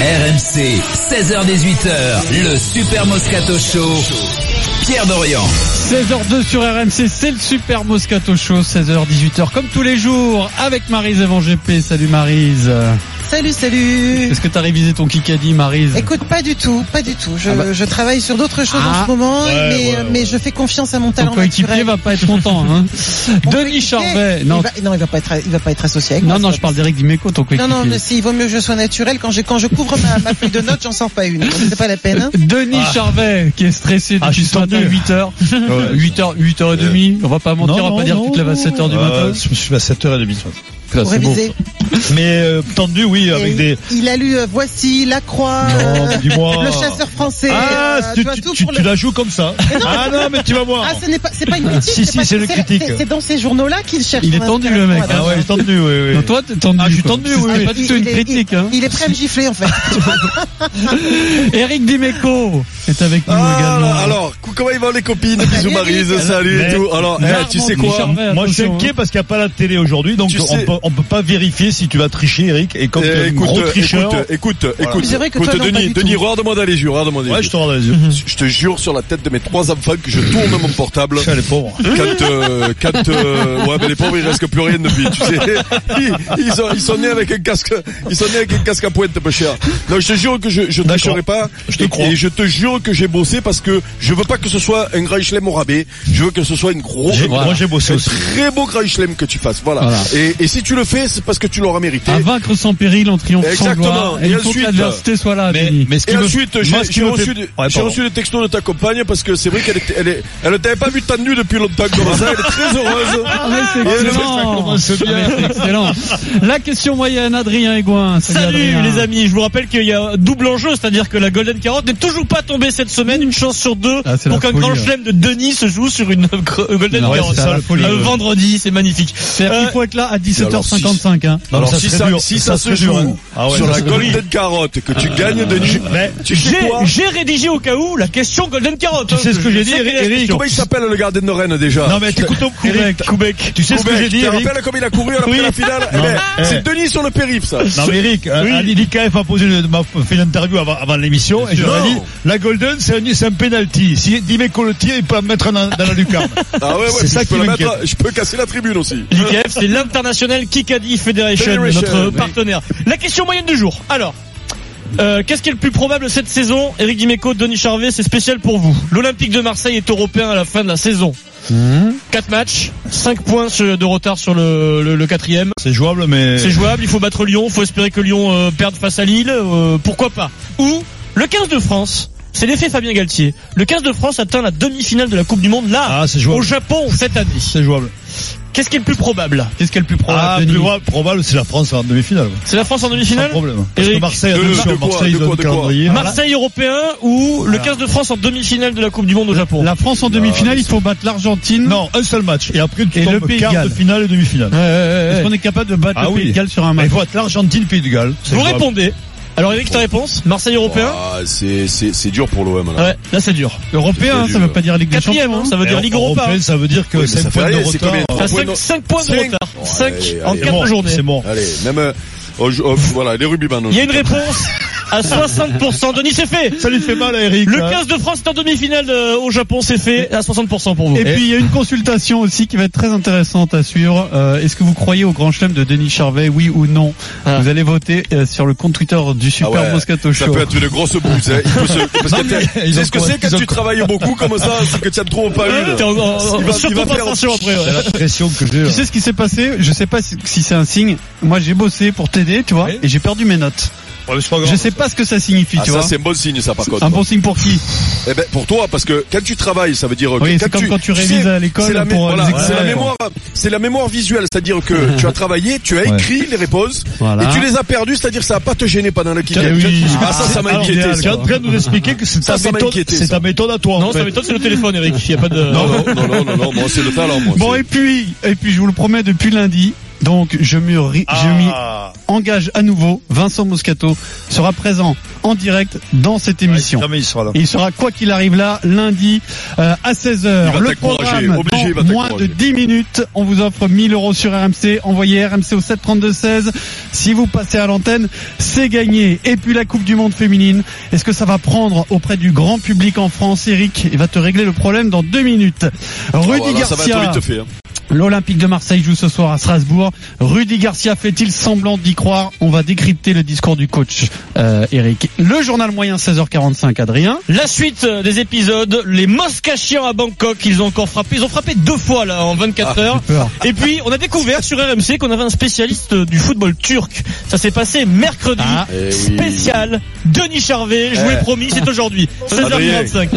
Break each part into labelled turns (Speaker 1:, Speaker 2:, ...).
Speaker 1: RMC, 16h-18h, le Super Moscato Show. Pierre Dorian.
Speaker 2: 16h02 sur RMC, c'est le Super Moscato Show, 16h-18h, comme tous les jours, avec Marise avant GP. Salut Marise.
Speaker 3: Salut, salut.
Speaker 2: Est-ce que t'as révisé ton Kikadi, Marise
Speaker 3: Écoute, pas du tout, pas du tout. Je,
Speaker 2: Ah bah.
Speaker 3: je travaille sur d'autres choses
Speaker 2: Ah.
Speaker 3: en ce moment,
Speaker 4: Ouais,
Speaker 3: mais, euh,
Speaker 4: ouais, ouais.
Speaker 3: mais je fais confiance à mon
Speaker 2: Ton
Speaker 3: talent
Speaker 2: coéquipier
Speaker 3: naturel.
Speaker 2: va pas être content. Hein.
Speaker 3: Mon
Speaker 2: Denis
Speaker 3: coéquipier,
Speaker 2: Charvet.
Speaker 3: il
Speaker 2: Non,
Speaker 3: va- non, il va pas être, il va pas être associé avec
Speaker 2: non,
Speaker 3: moi,
Speaker 2: non,
Speaker 3: c'est
Speaker 2: je parle d'Eric Dimeco, ton
Speaker 3: pas-
Speaker 2: coéquipier.
Speaker 3: Non, non, mais si, il vaut mieux que je sois naturel. Quand je, quand je couvre ma, ma feuille de notes, j'en sors pas une. Donc C'est pas la peine. hein.
Speaker 2: Denis Charvet qui est stressé
Speaker 4: Ah, je
Speaker 2: depuis
Speaker 4: suis
Speaker 2: ce matin
Speaker 4: tendu.
Speaker 2: 8h. 8h, 8h30. On va pas mentir,
Speaker 4: Non,
Speaker 2: on va pas
Speaker 4: non,
Speaker 2: dire que tu
Speaker 4: non,
Speaker 2: te lèves à 7h du matin.
Speaker 4: Euh, je suis à 7h30 ce matin.
Speaker 2: Putain,
Speaker 3: Pour
Speaker 2: c'est beau.
Speaker 3: réviser.
Speaker 4: Mais euh, tendu, oui,
Speaker 3: Et
Speaker 4: avec des.
Speaker 3: Il a lu euh, Voici, La Croix,
Speaker 4: Non,
Speaker 3: euh,
Speaker 4: mais dis-moi.
Speaker 3: Le Chasseur français.
Speaker 4: Ah,
Speaker 3: euh,
Speaker 4: tu,
Speaker 3: vois,
Speaker 4: tu-
Speaker 3: tout
Speaker 4: tu-
Speaker 3: pour
Speaker 4: tu
Speaker 3: le-
Speaker 4: la joues comme ça. Ah non, mais tu vas voir.
Speaker 3: Ah, ce n'est pas, c'est pas une critique.
Speaker 4: Si, si,
Speaker 3: pas-
Speaker 4: c'est une critique.
Speaker 3: c'est- C'est dans ces journaux-là qu'il cherche.
Speaker 2: Il est
Speaker 3: son
Speaker 2: tendu,
Speaker 3: inspiration,
Speaker 2: le mec,
Speaker 3: à
Speaker 4: Ah
Speaker 3: droite.
Speaker 4: ouais, je suis tendu, oui, oui.
Speaker 2: Non, toi, t'es tendu.
Speaker 4: Ah, je suis
Speaker 2: quoi.
Speaker 4: tendu,
Speaker 2: C'est-
Speaker 4: oui,
Speaker 2: C'est
Speaker 4: oui.
Speaker 2: pas du tout une
Speaker 3: Il est-
Speaker 2: critique. Hein.
Speaker 3: Il est prêt à me gifler, en fait.
Speaker 2: Eric Dimeco est avec nous
Speaker 5: Ah,
Speaker 2: également.
Speaker 5: là, alors, cou- comment ils vont les copines
Speaker 3: Salut,
Speaker 5: Bisous Marise,
Speaker 3: Eric.
Speaker 5: salut
Speaker 4: Mais-
Speaker 5: et tout. Alors, eh, tu sais
Speaker 2: Armand
Speaker 5: quoi
Speaker 2: Ducharvet,
Speaker 4: Moi, je suis
Speaker 2: attention,
Speaker 4: inquiet
Speaker 2: hein.
Speaker 4: parce qu'il n'y a pas la télé aujourd'hui, donc
Speaker 5: Tu
Speaker 4: on,
Speaker 5: sais-
Speaker 4: peut, on peut pas vérifier si tu vas tricher, Eric. Et quand
Speaker 5: Eh,
Speaker 4: tu es un
Speaker 5: écoute,
Speaker 4: gros
Speaker 5: euh,
Speaker 4: tricheur,
Speaker 5: écoute, écoute, écoute,
Speaker 3: C'est vrai que
Speaker 5: écoute,
Speaker 3: toi, non, pas
Speaker 5: Denis,
Speaker 3: du tout.
Speaker 5: Denis, regarde-moi dans les yeux, regarde-moi dans
Speaker 4: ouais,
Speaker 5: les
Speaker 4: je
Speaker 5: yeux.
Speaker 4: te rends les yeux.
Speaker 5: Je te jure sur la tête de mes trois enfants que je tourne mon portable.
Speaker 4: Putain, les pauvres.
Speaker 5: Quand, euh, quand, euh, ouais, mais les pauvres, il reste plus rien depuis, tu sais. Ils, ils sont, ils sont nés avec un casque, ils sont nés avec un casque à pointe, pas cher. Non, je te jure que je, je
Speaker 4: D'accord.
Speaker 5: tricherai pas.
Speaker 4: Je te
Speaker 5: et,
Speaker 4: crois.
Speaker 5: Et je te jure que j'ai bossé parce que je veux pas que ce soit un grand chelem au rabais. Je veux que ce soit une grosse,
Speaker 4: J'ai- Moi, j'ai bossé aussi.
Speaker 5: très beau grand chelem que tu fasses. Voilà.
Speaker 2: Voilà.
Speaker 5: Et, et si tu le fais, c'est parce que tu l'auras mérité.
Speaker 4: Ah,
Speaker 2: À vaincre sans péril, on triomphe sans
Speaker 5: Exactement.
Speaker 2: gloire. Et
Speaker 5: Et
Speaker 2: il faut que
Speaker 5: ensuite-
Speaker 2: l'adversité soit là, Denis.
Speaker 4: mais ce
Speaker 5: Et ensuite, j'ai
Speaker 4: moi, ce qui
Speaker 5: j'ai
Speaker 4: me
Speaker 5: reçu,
Speaker 4: fait-
Speaker 5: des-
Speaker 4: Ouais,
Speaker 5: j'ai
Speaker 4: pardon.
Speaker 5: reçu le texto de ta compagne parce que c'est vrai qu'elle était- elle est- elle ne t'avait pas vu tendu depuis longtemps comme ça. Elle est très heureuse.
Speaker 2: Ah ouais, c'est
Speaker 5: Et le-
Speaker 4: ça
Speaker 2: excellent.
Speaker 4: commence bien.
Speaker 2: Ah ouais, c'est excellent. La question moyenne, Adrien Aigouin.
Speaker 6: Salut
Speaker 2: Adrien.
Speaker 6: les amis, je vous rappelle qu'il y a un double enjeu, c'est-à-dire que la Golden Carotte n'est toujours pas tombée cette semaine, une chance sur deux
Speaker 2: Ah, c'est
Speaker 6: pour
Speaker 2: la
Speaker 6: qu'un
Speaker 2: folie,
Speaker 6: grand
Speaker 2: hein.
Speaker 6: chelem de Denis se joue sur une gr- Golden
Speaker 2: Non, ouais,
Speaker 6: Carotte.
Speaker 2: c'est la
Speaker 6: Euh,
Speaker 2: folie, ouais.
Speaker 6: vendredi, c'est magnifique.
Speaker 2: C'est-à-dire qu'il
Speaker 6: Euh,
Speaker 2: faut être là à
Speaker 5: alors,
Speaker 2: 17h55. Hein.
Speaker 4: Non, mais
Speaker 5: Alors, si
Speaker 4: serait
Speaker 5: ça,
Speaker 4: dur.
Speaker 5: si ça, se
Speaker 4: serait dur,
Speaker 5: joue
Speaker 4: hein. Ah ouais,
Speaker 5: sur
Speaker 4: ça
Speaker 5: la
Speaker 4: serait dur.
Speaker 5: golden carotte que tu gagnes de nuit,
Speaker 4: Mais-
Speaker 5: tu sais
Speaker 6: J'ai
Speaker 5: quoi
Speaker 6: j'ai rédigé au cas où la question Golden Carotte. hein,
Speaker 4: sais ce que j'ai dit, Eric
Speaker 5: Comment il s'appelle le gardien de Rennes déjà
Speaker 4: Non, mais t'écoutes au
Speaker 2: Eric,
Speaker 4: Québec. Tu sais ce que
Speaker 5: Koubek,
Speaker 4: j'ai dit,
Speaker 5: Tu te
Speaker 4: Eric
Speaker 5: rappelles comme il a couru après
Speaker 4: Oui.
Speaker 5: la finale Eh
Speaker 4: Non,
Speaker 5: ben,
Speaker 4: eh.
Speaker 5: C'est Denis sur le périph' ça.
Speaker 4: Non mais Eric,
Speaker 6: Oui.
Speaker 4: euh, Ali l'IKF m'a posé une- m'a fait une interview avant, avant l'émission et je lui ai dit
Speaker 5: Non.
Speaker 4: la Golden c'est un, c'est un penalty. Si Dimeco le tire, il peut en mettre un dans, dans la lucarne.
Speaker 5: Ah ouais, ouais,
Speaker 4: C'est
Speaker 5: puis
Speaker 4: ça
Speaker 5: je peux
Speaker 4: qui
Speaker 5: la
Speaker 4: m'inquiète.
Speaker 5: mettre- Je peux casser la tribune aussi.
Speaker 6: L'IKF, c'est l'International Kikadi Federation,
Speaker 5: Federation,
Speaker 6: notre
Speaker 5: oui.
Speaker 6: partenaire. La question moyenne du jour. Alors, euh, qu'est-ce qui est le plus probable cette saison Eric Dimeco, Denis Charvet, c'est spécial pour vous. L'Olympique de Marseille est européen à la fin de la saison.
Speaker 5: Mhm.
Speaker 6: 4 matchs, 5 points sur- de retard sur le, le, le quatrième.
Speaker 4: C'est jouable
Speaker 5: Eh.
Speaker 4: mais
Speaker 6: C'est jouable, il faut battre Lyon, il faut espérer que Lyon euh, perde face à Lille, euh, pourquoi pas. Ou le 15 de France, c'est l'effet Fabien Galtier. Le 15 de France atteint la demi-finale de la Coupe du Monde là,
Speaker 4: Ah, c'est
Speaker 6: au
Speaker 4: jouable.
Speaker 6: Japon cette année.
Speaker 4: C'est jouable.
Speaker 6: Qu'est-ce qui est le plus probable
Speaker 2: Qu'est-ce qu'elle est le plus
Speaker 4: Ah,
Speaker 2: probable
Speaker 4: plus
Speaker 2: Denis
Speaker 4: probable, probable, c'est la France en demi-finale.
Speaker 6: C'est la France en
Speaker 4: Pas
Speaker 6: demi-finale
Speaker 4: de problème. Parce que
Speaker 6: Eric,
Speaker 4: Marseille,
Speaker 5: de-
Speaker 4: attention,
Speaker 5: de quoi,
Speaker 4: Marseille,
Speaker 5: de
Speaker 4: ils ont
Speaker 5: quoi,
Speaker 4: le
Speaker 5: de quoi
Speaker 4: calendrier.
Speaker 6: Marseille européen ou le 15 de France en demi-finale de la Coupe du Monde au Japon
Speaker 2: La France en demi-finale, il faut battre l'Argentine.
Speaker 4: Ah, Non, un seul match. Et après, tu
Speaker 2: Et le
Speaker 4: tombes
Speaker 2: Pays de
Speaker 4: quart
Speaker 2: Galles.
Speaker 4: de finale et demi-finale.
Speaker 2: Ouais, ouais, ouais, Est-ce qu'on est capable de battre
Speaker 4: Ah
Speaker 2: le
Speaker 4: oui.
Speaker 2: Pays de Galles sur un
Speaker 4: Mais Il
Speaker 2: match
Speaker 4: faut être l'Argentine, Pays de Galles. C'est
Speaker 6: Vous
Speaker 4: jouable.
Speaker 6: répondez. Alors Eric, ta réponse Marseille européen
Speaker 5: Ah, C'est c'est- c'est dur pour
Speaker 4: Ah,
Speaker 5: l'OM là.
Speaker 6: Ouais, là c'est dur.
Speaker 2: Européen, hein, ça veut pas dire Ligue des
Speaker 6: Quatrième,
Speaker 2: Champions.
Speaker 6: hein, ça veut
Speaker 4: Et
Speaker 6: dire
Speaker 4: en-
Speaker 6: Ligue
Speaker 4: en
Speaker 6: Europa.
Speaker 4: européenne, ça veut dire que
Speaker 5: Oui, mais ça
Speaker 4: 5
Speaker 5: fait
Speaker 4: points de
Speaker 5: rien, c'est
Speaker 4: retard.
Speaker 5: combien
Speaker 4: euh,
Speaker 6: T'as
Speaker 5: Ouais, non.
Speaker 6: 5, points de
Speaker 5: Cinq.
Speaker 6: retard.
Speaker 5: Bon,
Speaker 6: 5
Speaker 5: allez,
Speaker 6: en
Speaker 5: allez.
Speaker 6: 4
Speaker 4: bon,
Speaker 6: journées.
Speaker 4: C'est bon.
Speaker 5: Allez, même euh, oh, je- oh, voilà les rubimans.
Speaker 6: Il y a une réponse à 60%. Denis, c'est fait.
Speaker 4: Ça lui fait mal à Eric.
Speaker 6: Le
Speaker 5: hein.
Speaker 4: là.
Speaker 6: 15 de France est en demi-finale euh, au Japon, c'est fait à 60% pour vous.
Speaker 2: Et puis il y a une consultation aussi qui va être très intéressante à suivre. Euh, Est-ce que vous croyez au grand chelem de Denis Charvet, oui ou non
Speaker 6: Ah.
Speaker 2: Vous allez voter euh, sur le compte Twitter du Super
Speaker 5: Ah ouais,
Speaker 2: Moscato
Speaker 5: Ça
Speaker 2: Show.
Speaker 5: peut être une grosse bouse. Hein. Il peut se- parce que
Speaker 4: mais
Speaker 5: t'as-
Speaker 4: ils
Speaker 5: tu sais
Speaker 4: ont
Speaker 5: ce que c'est
Speaker 4: quoi- ils
Speaker 5: quand
Speaker 4: ont
Speaker 5: tu
Speaker 4: quoi-
Speaker 5: travailles beaucoup comme ça, c'est que tu as trop pas une.
Speaker 6: T'es en- en-
Speaker 5: Il va-
Speaker 6: surtout
Speaker 5: il va
Speaker 6: pas
Speaker 5: faire-
Speaker 6: attention après. ouais.
Speaker 4: C'est la pression que j'ai. là.
Speaker 2: Tu sais ce qui s'est passé Je sais pas si si c'est un signe. Moi j'ai bossé pour t'aider, tu vois,
Speaker 4: Oui.
Speaker 2: et j'ai perdu mes notes.
Speaker 4: Ouais, mais c'est pas grave.
Speaker 2: Je sais pas ce que ça signifie,
Speaker 5: Ah,
Speaker 2: tu
Speaker 5: ça
Speaker 2: vois.
Speaker 5: c'est un bon signe ça par contre.
Speaker 2: Un bon signe pour qui
Speaker 5: Eh ben pour toi parce que quand tu travailles ça veut dire que
Speaker 2: Oui, c'est comme quand tu révises
Speaker 5: sais,
Speaker 2: à l'école
Speaker 5: c'est la, mé-
Speaker 2: pour, euh,
Speaker 5: voilà,
Speaker 2: les examens.
Speaker 5: c'est la mémoire c'est la mémoire visuelle c'est-à-dire que tu as travaillé tu as écrit les réponses
Speaker 2: Voilà.
Speaker 5: et tu les as perdues c'est-à-dire que ça va pas te gêner pendant le kick
Speaker 4: Eh oui.
Speaker 5: ah ça ça m'a
Speaker 4: Alors,
Speaker 5: inquiété
Speaker 4: t'es
Speaker 5: ça.
Speaker 4: en train de nous expliquer que c'est
Speaker 5: Ça,
Speaker 4: ta,
Speaker 5: ça m'a
Speaker 4: méthode-
Speaker 5: inquiété,
Speaker 4: c'est
Speaker 5: ça.
Speaker 4: ta méthode à toi. en
Speaker 6: Non, ça
Speaker 4: fait.
Speaker 6: m'étonne, c'est le téléphone, Eric. Il y a pas de.
Speaker 5: Oh non non non non non non, moi c'est le talent moi
Speaker 2: Bon
Speaker 5: c'est-
Speaker 2: et puis et puis je vous le promets depuis lundi, Donc je m'y ri-
Speaker 5: Ah.
Speaker 4: Ah.
Speaker 2: je m'y engage à nouveau. Vincent Moscato sera présent en direct dans cette émission.
Speaker 4: Jamais il sera là.
Speaker 2: Il sera quoi qu'il arrive là lundi euh, à 16h.
Speaker 5: Il va
Speaker 2: Le
Speaker 5: t'encourager,
Speaker 2: programme
Speaker 5: obligé, il va
Speaker 2: dans moins de
Speaker 5: t'encourager.
Speaker 2: 10 minutes. On vous offre 1000 euros sur RMC. Envoyez RMC au 732-16. Si vous passez à l'antenne, c'est gagné. Et puis la Coupe du Monde féminine. Est-ce que ça va prendre auprès du grand public en France, Eric Il va te régler le problème dans deux minutes. Rudy
Speaker 5: Ah, voilà, Ça va
Speaker 2: Garcia.
Speaker 5: être vite fait. hein.
Speaker 2: L'Olympique de Marseille joue ce soir à Strasbourg. Rudy Garcia fait-il semblant d'y croire On va décrypter le discours du coach euh, Eric. Le journal moyen 16h45 Adrien.
Speaker 6: La suite euh, des épisodes, les Moscachiens à Bangkok, ils ont encore frappé. Ils ont frappé deux fois là en 24 heures.
Speaker 2: Ah, Peur.
Speaker 6: Et puis on a découvert sur RMC qu'on avait un spécialiste euh, du football turc. Ça s'est passé mercredi.
Speaker 2: Ah.
Speaker 5: Eh oui.
Speaker 6: Spécial, Denis Charvet, je vous l'ai promis, c'est aujourd'hui, 16h45.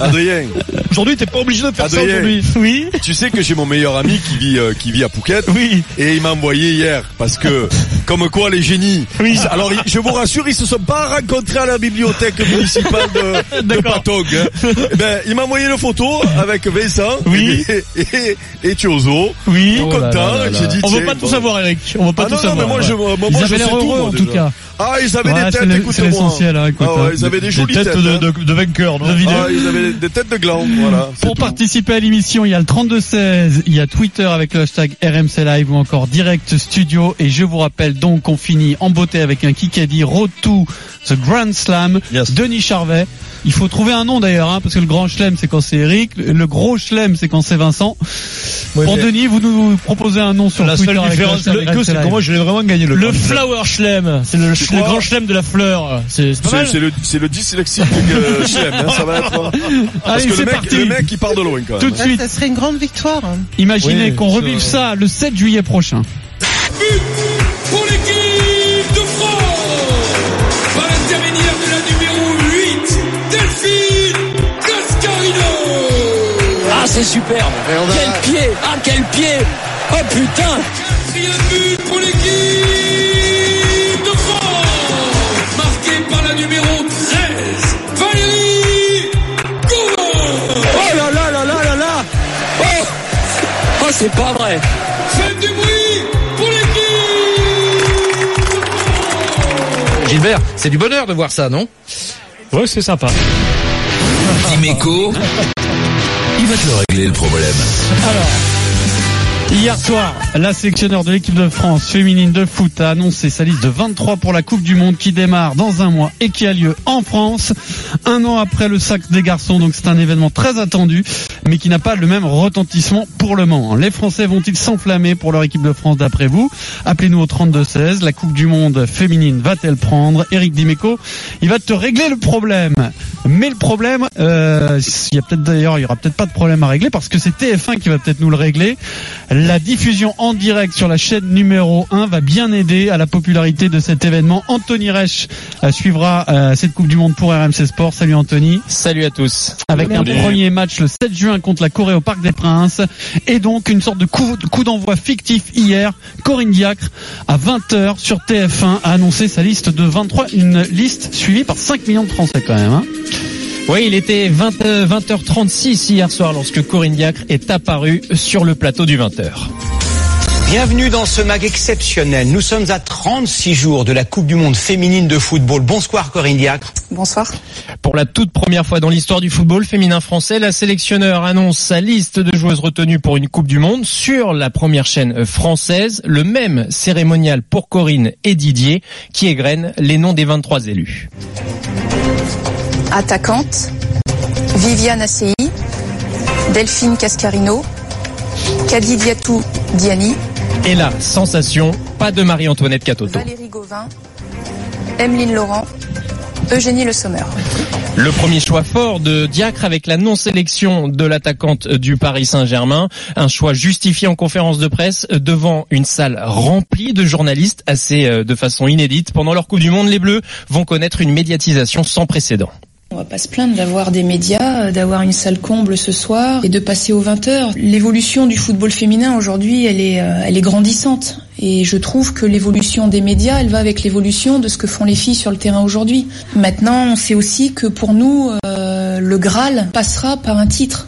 Speaker 5: Adrien,
Speaker 6: Aujourd'hui, t'es pas obligé de
Speaker 5: faire ça Adrien. aujourd'hui.
Speaker 6: Oui,
Speaker 5: tu sais que j'ai mon meilleur ami qui vit euh, qui vit à Phuket.
Speaker 6: oui.
Speaker 5: Et il m'a envoyé hier parce que comme quoi les génies. Ah,
Speaker 6: Oui.
Speaker 5: Alors il- je vous rassure, ils se sont pas rencontrés à la bibliothèque municipale de, de
Speaker 6: D'accord.
Speaker 5: Patog. hein. Eh Ben il m'a envoyé le photo avec Vincent
Speaker 6: Oui.
Speaker 5: et et, et Thiozo.
Speaker 6: Oui.
Speaker 5: Tout
Speaker 2: Oh là
Speaker 5: content.
Speaker 2: là là
Speaker 5: J'ai dit
Speaker 6: On veut
Speaker 5: tiens,
Speaker 6: pas tout
Speaker 5: bon.
Speaker 6: savoir, Eric. On veut pas
Speaker 5: Ah
Speaker 6: tout
Speaker 5: non, non,
Speaker 6: savoir.
Speaker 5: mais moi, je, moi,
Speaker 2: Ils
Speaker 5: moi, je
Speaker 2: avaient
Speaker 5: sais
Speaker 2: l'air
Speaker 5: tout,
Speaker 2: heureux,
Speaker 5: moi,
Speaker 2: en
Speaker 5: déjà.
Speaker 2: tout cas.
Speaker 5: Ah, ils avaient
Speaker 2: Ouais,
Speaker 5: des
Speaker 2: c'est
Speaker 5: têtes,
Speaker 2: le-
Speaker 5: écoutez-moi.
Speaker 2: c'est l'essentiel, hein, écoute,
Speaker 5: ah ouais,
Speaker 2: hein.
Speaker 5: ils avaient des jolies
Speaker 4: Des têtes de,
Speaker 5: hein.
Speaker 4: de, de vainqueurs, non
Speaker 5: Ah, ils avaient des têtes de gland, voilà. c'est
Speaker 2: Pour
Speaker 5: tout.
Speaker 2: participer à l'émission, il y a le 3216, il y a Twitter avec le hashtag RMC Live ou encore Direct Studio. Et je vous rappelle donc qu'on finit en beauté avec un Kikadi Road to the Grand Slam.
Speaker 4: Yes.
Speaker 2: Denis Charvet. Il faut trouver un nom d'ailleurs, hein, parce que le grand chelem c'est quand c'est Eric, le gros chelem c'est quand c'est Vincent. Pour
Speaker 4: mais-
Speaker 2: Denis, vous nous proposez un nom sur
Speaker 4: La
Speaker 2: Twitter
Speaker 4: seule
Speaker 2: avec le
Speaker 4: différence
Speaker 2: hashtag
Speaker 4: que c'est
Speaker 2: RMC
Speaker 4: que moi,
Speaker 2: Live.
Speaker 4: je l'ai vraiment gagné le.
Speaker 6: Le
Speaker 4: grand chelem.
Speaker 6: flower schlem, c'est le, le grand schlem de la fleur. C'est c'est pas
Speaker 5: C'est
Speaker 6: mal.
Speaker 5: c'est le, c'est le dyslexique euh, Chelem, hein, ça va être. Parce
Speaker 2: Allez,
Speaker 5: que le
Speaker 2: c'est
Speaker 5: mec,
Speaker 2: parti.
Speaker 5: le mec, il part de loin quand
Speaker 2: Tout
Speaker 5: même.
Speaker 2: de
Speaker 3: Ça,
Speaker 2: suite,
Speaker 3: ça serait une grande victoire. hein.
Speaker 2: imaginez
Speaker 4: Oui,
Speaker 2: qu'on
Speaker 4: c'est
Speaker 2: revive
Speaker 4: vrai.
Speaker 2: ça le 7 juillet prochain.
Speaker 7: pour l'équipe de France par l'intermédiaire de la numéro 8, Delphine Cascarino.
Speaker 8: Ah, c'est superbe. Quel pied Ah, quel pied Oh putain
Speaker 7: Quatrième but pour l'équipe de France, marqué par la numéro 13, Valérie Gauvin.
Speaker 8: Oh là là là là là là Oh Oh, c'est pas vrai
Speaker 7: Faites du bruit pour l'équipe.
Speaker 9: Gilbert, c'est du bonheur de voir ça, non
Speaker 6: Ouais, c'est sympa.
Speaker 1: Dimeco, il va te le régler le problème.
Speaker 2: Hier soir, la sélectionneur de l'équipe de France féminine de foot a annoncé sa liste de 23 pour la Coupe du Monde qui démarre dans un mois et qui a lieu en France, un an après le sac des garçons. Donc c'est un événement très attendu, mais qui n'a pas le même retentissement pour le moment. Les Français vont-ils s'enflammer pour leur équipe de France d'après vous Appelez-nous au 32-16. La Coupe du Monde féminine va-t-elle prendre Eric Dimeco, il va te régler le problème. Mais le problème, euh, il y a peut-être d'ailleurs, il y aura peut-être pas de problème à régler parce que c'est TF1 qui va peut-être nous le régler. La diffusion en direct sur la chaîne numéro 1 va bien aider à la popularité de cet événement. Anthony Reich euh, suivra euh, cette Coupe du Monde pour RMC Sport. Salut Anthony.
Speaker 10: Salut à tous.
Speaker 2: Avec un premier match le 7 juin contre la Corée au Parc des Princes. Et donc une sorte de coup, coup d'envoi fictif hier. Corinne Diacre à 20h sur TF1 a annoncé sa liste de 23. Une liste suivie par 5 millions de Français quand même. hein.
Speaker 10: Oui, il était 20, euh, 20h36 hier soir lorsque Corinne Diacre est apparue sur le plateau du 20h.
Speaker 11: Bienvenue dans ce mag exceptionnel. Nous sommes à 36 jours de la Coupe du Monde féminine de football. Bonsoir Corinne Diacre.
Speaker 8: Bonsoir.
Speaker 10: Pour la toute première fois dans l'histoire du football féminin français, la sélectionneur annonce sa liste de joueuses retenues pour une Coupe du Monde sur la première chaîne française, le même cérémonial pour Corinne et Didier qui égrène les noms des 23 élus.
Speaker 8: Attaquante, Viviane Assey, Delphine Cascarino, Kadi Diatou Diani,
Speaker 10: Et là, sensation, pas de Marie-Antoinette Catoto.
Speaker 8: Valérie Gauvin, Emeline Laurent, Eugénie Le Sommer.
Speaker 10: Le premier choix fort de Diacre avec la non-sélection de l'attaquante du Paris Saint-Germain, un choix justifié en conférence de presse euh, devant une salle remplie de journalistes assez euh, de façon inédite. Pendant leur Coupe du Monde, les Bleus vont connaître une médiatisation sans précédent.
Speaker 8: On va pas se plaindre d'avoir des médias, euh, d'avoir une salle comble ce soir et de passer aux 20h. L'évolution du football féminin aujourd'hui, elle est, euh, elle est grandissante. Et je trouve que l'évolution des médias, elle va avec l'évolution de ce que font les filles sur le terrain aujourd'hui. Maintenant, on sait aussi que pour nous, euh, le Graal passera par un titre.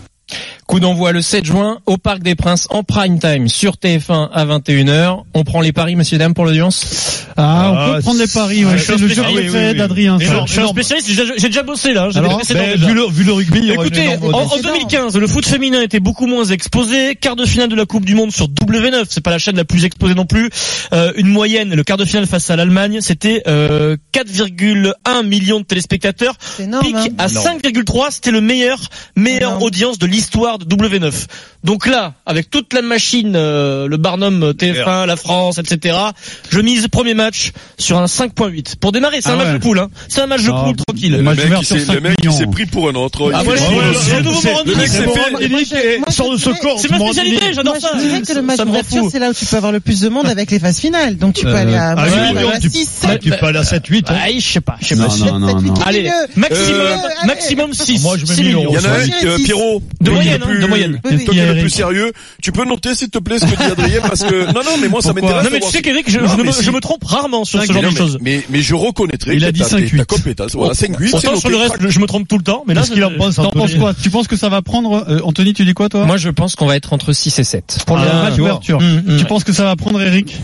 Speaker 10: Coup d'envoi le 7 juin au Parc des Princes en prime time sur TF1 à 21h. On prend les paris, messieurs dames, pour l'audience
Speaker 2: Ah, on peut prendre les paris, ouais. C'est Ah le jeu
Speaker 6: Ah
Speaker 2: préféré d'Adrien.
Speaker 6: Et
Speaker 2: ça.
Speaker 6: genre, Je suis un spécialiste, j'ai j'ai déjà bossé là. j'ai
Speaker 2: Alors,
Speaker 6: des précédents
Speaker 2: ben,
Speaker 6: déjà.
Speaker 2: vu le- vu le rugby, il y aura une
Speaker 6: Écoutez,
Speaker 2: énorme
Speaker 6: en, en
Speaker 2: déception.
Speaker 6: 2015, le foot féminin était beaucoup moins exposé. Quart de finale de la Coupe du Monde sur W9, c'est pas la chaîne la plus exposée non plus. Euh, une moyenne, le quart de finale face à l'Allemagne, c'était euh, 4,1 millions de téléspectateurs. Pic
Speaker 3: hein.
Speaker 6: à 5,3, c'était le meilleur, meilleure audience de l'histoire de W9. Donc là, avec toute la machine, euh, le Barnum, TF1, la France, etc. Je mise premier match sur un 5,8. Pour démarrer, c'est
Speaker 5: Ah
Speaker 6: un match
Speaker 5: ouais.
Speaker 6: de poule. Hein. C'est un match de
Speaker 5: Ah,
Speaker 6: poule tranquille.
Speaker 5: Le mec, il s'est- le mec, il s'est pris pour un autre.
Speaker 6: Ah,
Speaker 5: Il
Speaker 6: moi,
Speaker 5: fait-
Speaker 6: je-
Speaker 5: Ouais,
Speaker 6: je-
Speaker 5: ouais,
Speaker 6: je-
Speaker 5: ouais,
Speaker 6: je-
Speaker 5: c'est-
Speaker 6: hein. je-
Speaker 5: Le mec,
Speaker 6: je-
Speaker 5: c'est
Speaker 6: je-
Speaker 5: fait.
Speaker 6: je- Sors de ce corps,
Speaker 3: C'est
Speaker 6: ma spécialité, j'adore ça.
Speaker 3: Je dirais que le match
Speaker 6: Ça me rend
Speaker 3: d'ouverture,
Speaker 6: fou.
Speaker 3: c'est là où tu peux avoir le plus de monde avec les phases finales. Donc tu peux
Speaker 6: Euh,
Speaker 3: aller à,
Speaker 6: ah
Speaker 3: moi, je
Speaker 6: oui,
Speaker 3: peux
Speaker 6: oui,
Speaker 3: aller à
Speaker 6: tu-
Speaker 3: 6,
Speaker 6: bah,
Speaker 2: Ah,
Speaker 3: 7.
Speaker 6: tu peux aller à 7,
Speaker 2: hein.
Speaker 6: 8. je sais pas, je sais pas.
Speaker 2: Non, non, non, non.
Speaker 6: Allez,
Speaker 5: Euh,
Speaker 6: maximum, maximum 6.
Speaker 5: Moi, je mets 1000 euros. Il y en a un, euh, Pierrot.
Speaker 6: De
Speaker 5: toi qui
Speaker 6: moyenne,
Speaker 5: est le
Speaker 6: hein, de
Speaker 5: plus-
Speaker 6: moyenne.
Speaker 5: Toi qui es le plus sérieux, tu peux noter, s'il te plaît, ce que dit Adrien, parce que, non, non, mais moi, ça m'intéresse.
Speaker 6: Non, mais
Speaker 5: de
Speaker 6: tu
Speaker 5: voir
Speaker 6: sais
Speaker 5: si-
Speaker 6: qu'Éric, je,
Speaker 5: Non,
Speaker 6: je
Speaker 5: mais
Speaker 6: me,
Speaker 5: si.
Speaker 6: je me trompe rarement sur ce
Speaker 5: Mais
Speaker 6: genre
Speaker 5: non,
Speaker 6: de
Speaker 5: mais-
Speaker 6: choses.
Speaker 5: Mais, mais je reconnaîtrai
Speaker 6: Il
Speaker 5: que
Speaker 6: a dit
Speaker 5: t'as-
Speaker 6: 5-8.
Speaker 5: t'as compétence. Voilà, 5-8, c'est
Speaker 6: Pourtant, sur le
Speaker 5: noté.
Speaker 6: reste, je me trompe tout le temps, mais là,
Speaker 2: Qu'est-ce qu'il en pense,
Speaker 6: T'en
Speaker 2: Anthony
Speaker 6: penses quoi
Speaker 2: Tu penses que ça va prendre euh, Anthony, tu dis quoi toi
Speaker 10: Moi, je pense qu'on va être entre 6 et 7.
Speaker 2: Pour le
Speaker 10: Ah,
Speaker 2: match
Speaker 10: tu vois.
Speaker 2: d'ouverture.
Speaker 6: Hmm.
Speaker 10: Mm, mm.
Speaker 2: Tu penses que ça va prendre Eric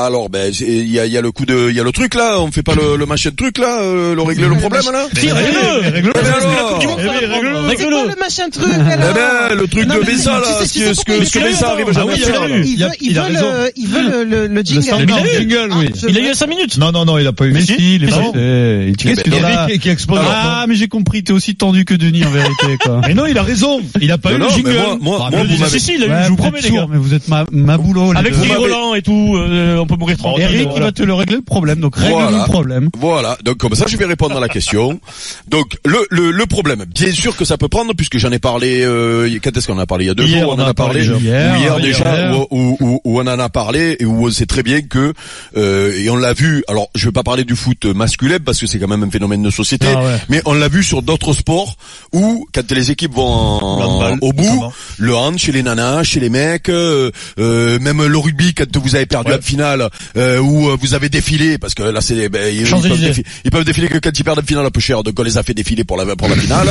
Speaker 5: Alors, ben, j'ai- il y a, il y a le coup de, il y a le truc là, on fait pas le, le machin de truc là, euh, le régler le problème là.
Speaker 6: Si, réglez-le.
Speaker 5: Mais
Speaker 6: Réglez-le, parce que la
Speaker 5: alors
Speaker 6: Coupe du Monde, ça va prendre.
Speaker 3: C'est
Speaker 6: Réglez-le.
Speaker 3: quoi le machin truc
Speaker 5: Eh
Speaker 3: alors
Speaker 5: ben, le truc
Speaker 3: Non,
Speaker 5: de
Speaker 3: mais
Speaker 5: Bessa
Speaker 3: tu sais-
Speaker 5: là,
Speaker 3: tu
Speaker 5: ce
Speaker 3: sais
Speaker 5: que, ce
Speaker 3: pourquoi
Speaker 5: que,
Speaker 3: il
Speaker 5: ce que
Speaker 3: est
Speaker 5: Bessa
Speaker 3: là
Speaker 5: arrive jamais à
Speaker 3: Ah oui,
Speaker 5: faire
Speaker 3: il
Speaker 5: là.
Speaker 3: a- il veut- il veut le- Il veut le- le le jingle.
Speaker 6: standard.
Speaker 3: Ah,
Speaker 6: Il a eu.
Speaker 2: Jingle, oui.
Speaker 3: je-
Speaker 6: Il a eu 5 minutes.
Speaker 4: Non, non, non, il a pas eu.
Speaker 2: Mais si, il est
Speaker 4: Ah bon
Speaker 2: passé.
Speaker 4: Qu'est-ce qu'il a dit Eh, qui- qui expose
Speaker 2: Ah, mais j'ai compris, t'es aussi tendu que Denis en vérité, quoi.
Speaker 4: Mais non, il a raison. Il a pas
Speaker 5: Non,
Speaker 4: eu le
Speaker 5: non, mais
Speaker 4: jingle.
Speaker 5: moi- moi-
Speaker 4: Ah,
Speaker 5: moi,
Speaker 4: mais
Speaker 5: vous
Speaker 4: il-
Speaker 5: m'avez-
Speaker 6: Si, si, il a eu,
Speaker 2: Ouais,
Speaker 6: je vous
Speaker 2: vous
Speaker 6: promets,
Speaker 2: êtes
Speaker 6: les
Speaker 2: sourds,
Speaker 6: gars.
Speaker 2: Mais vous êtes ma, ma boulot, les
Speaker 6: Avec
Speaker 2: deux.
Speaker 6: Thierry Roland et tout, euh, on peut mourir tranquille.
Speaker 2: Eric, il va te le régler le problème, donc règle
Speaker 5: Voilà.
Speaker 2: le problème.
Speaker 5: Voilà, donc comme ça je vais répondre à la question. Donc le, le, le problème, bien sûr que ça peut prendre puisque j'en ai parlé, euh, quand est-ce qu'on en a parlé Il y a deux
Speaker 4: Hier,
Speaker 5: jours, on en a parlé,
Speaker 4: déjà.
Speaker 5: ou hier,
Speaker 4: Hier,
Speaker 5: déjà,
Speaker 4: hier.
Speaker 5: Où, où- où on en a parlé et où on sait très bien que, euh, et on l'a vu, alors je vais pas parler du foot masculin parce que c'est quand même un phénomène de société,
Speaker 2: Ah ouais.
Speaker 5: mais on l'a vu sur d'autres sports où quand les équipes vont en-
Speaker 4: L'handball,
Speaker 5: au bout,
Speaker 4: notamment.
Speaker 5: le hand chez les nanas, chez les mecs, euh, euh, même le rugby quand vous avez perdu la finale, euh, où euh, vous avez défilé, parce que là c'est... ben, ils- ils peuvent
Speaker 6: Champs-Élysées.
Speaker 5: défi- ils peuvent défiler que quand ils perdent la finale un peu cher, donc on les a fait défiler pour la, pour la finale.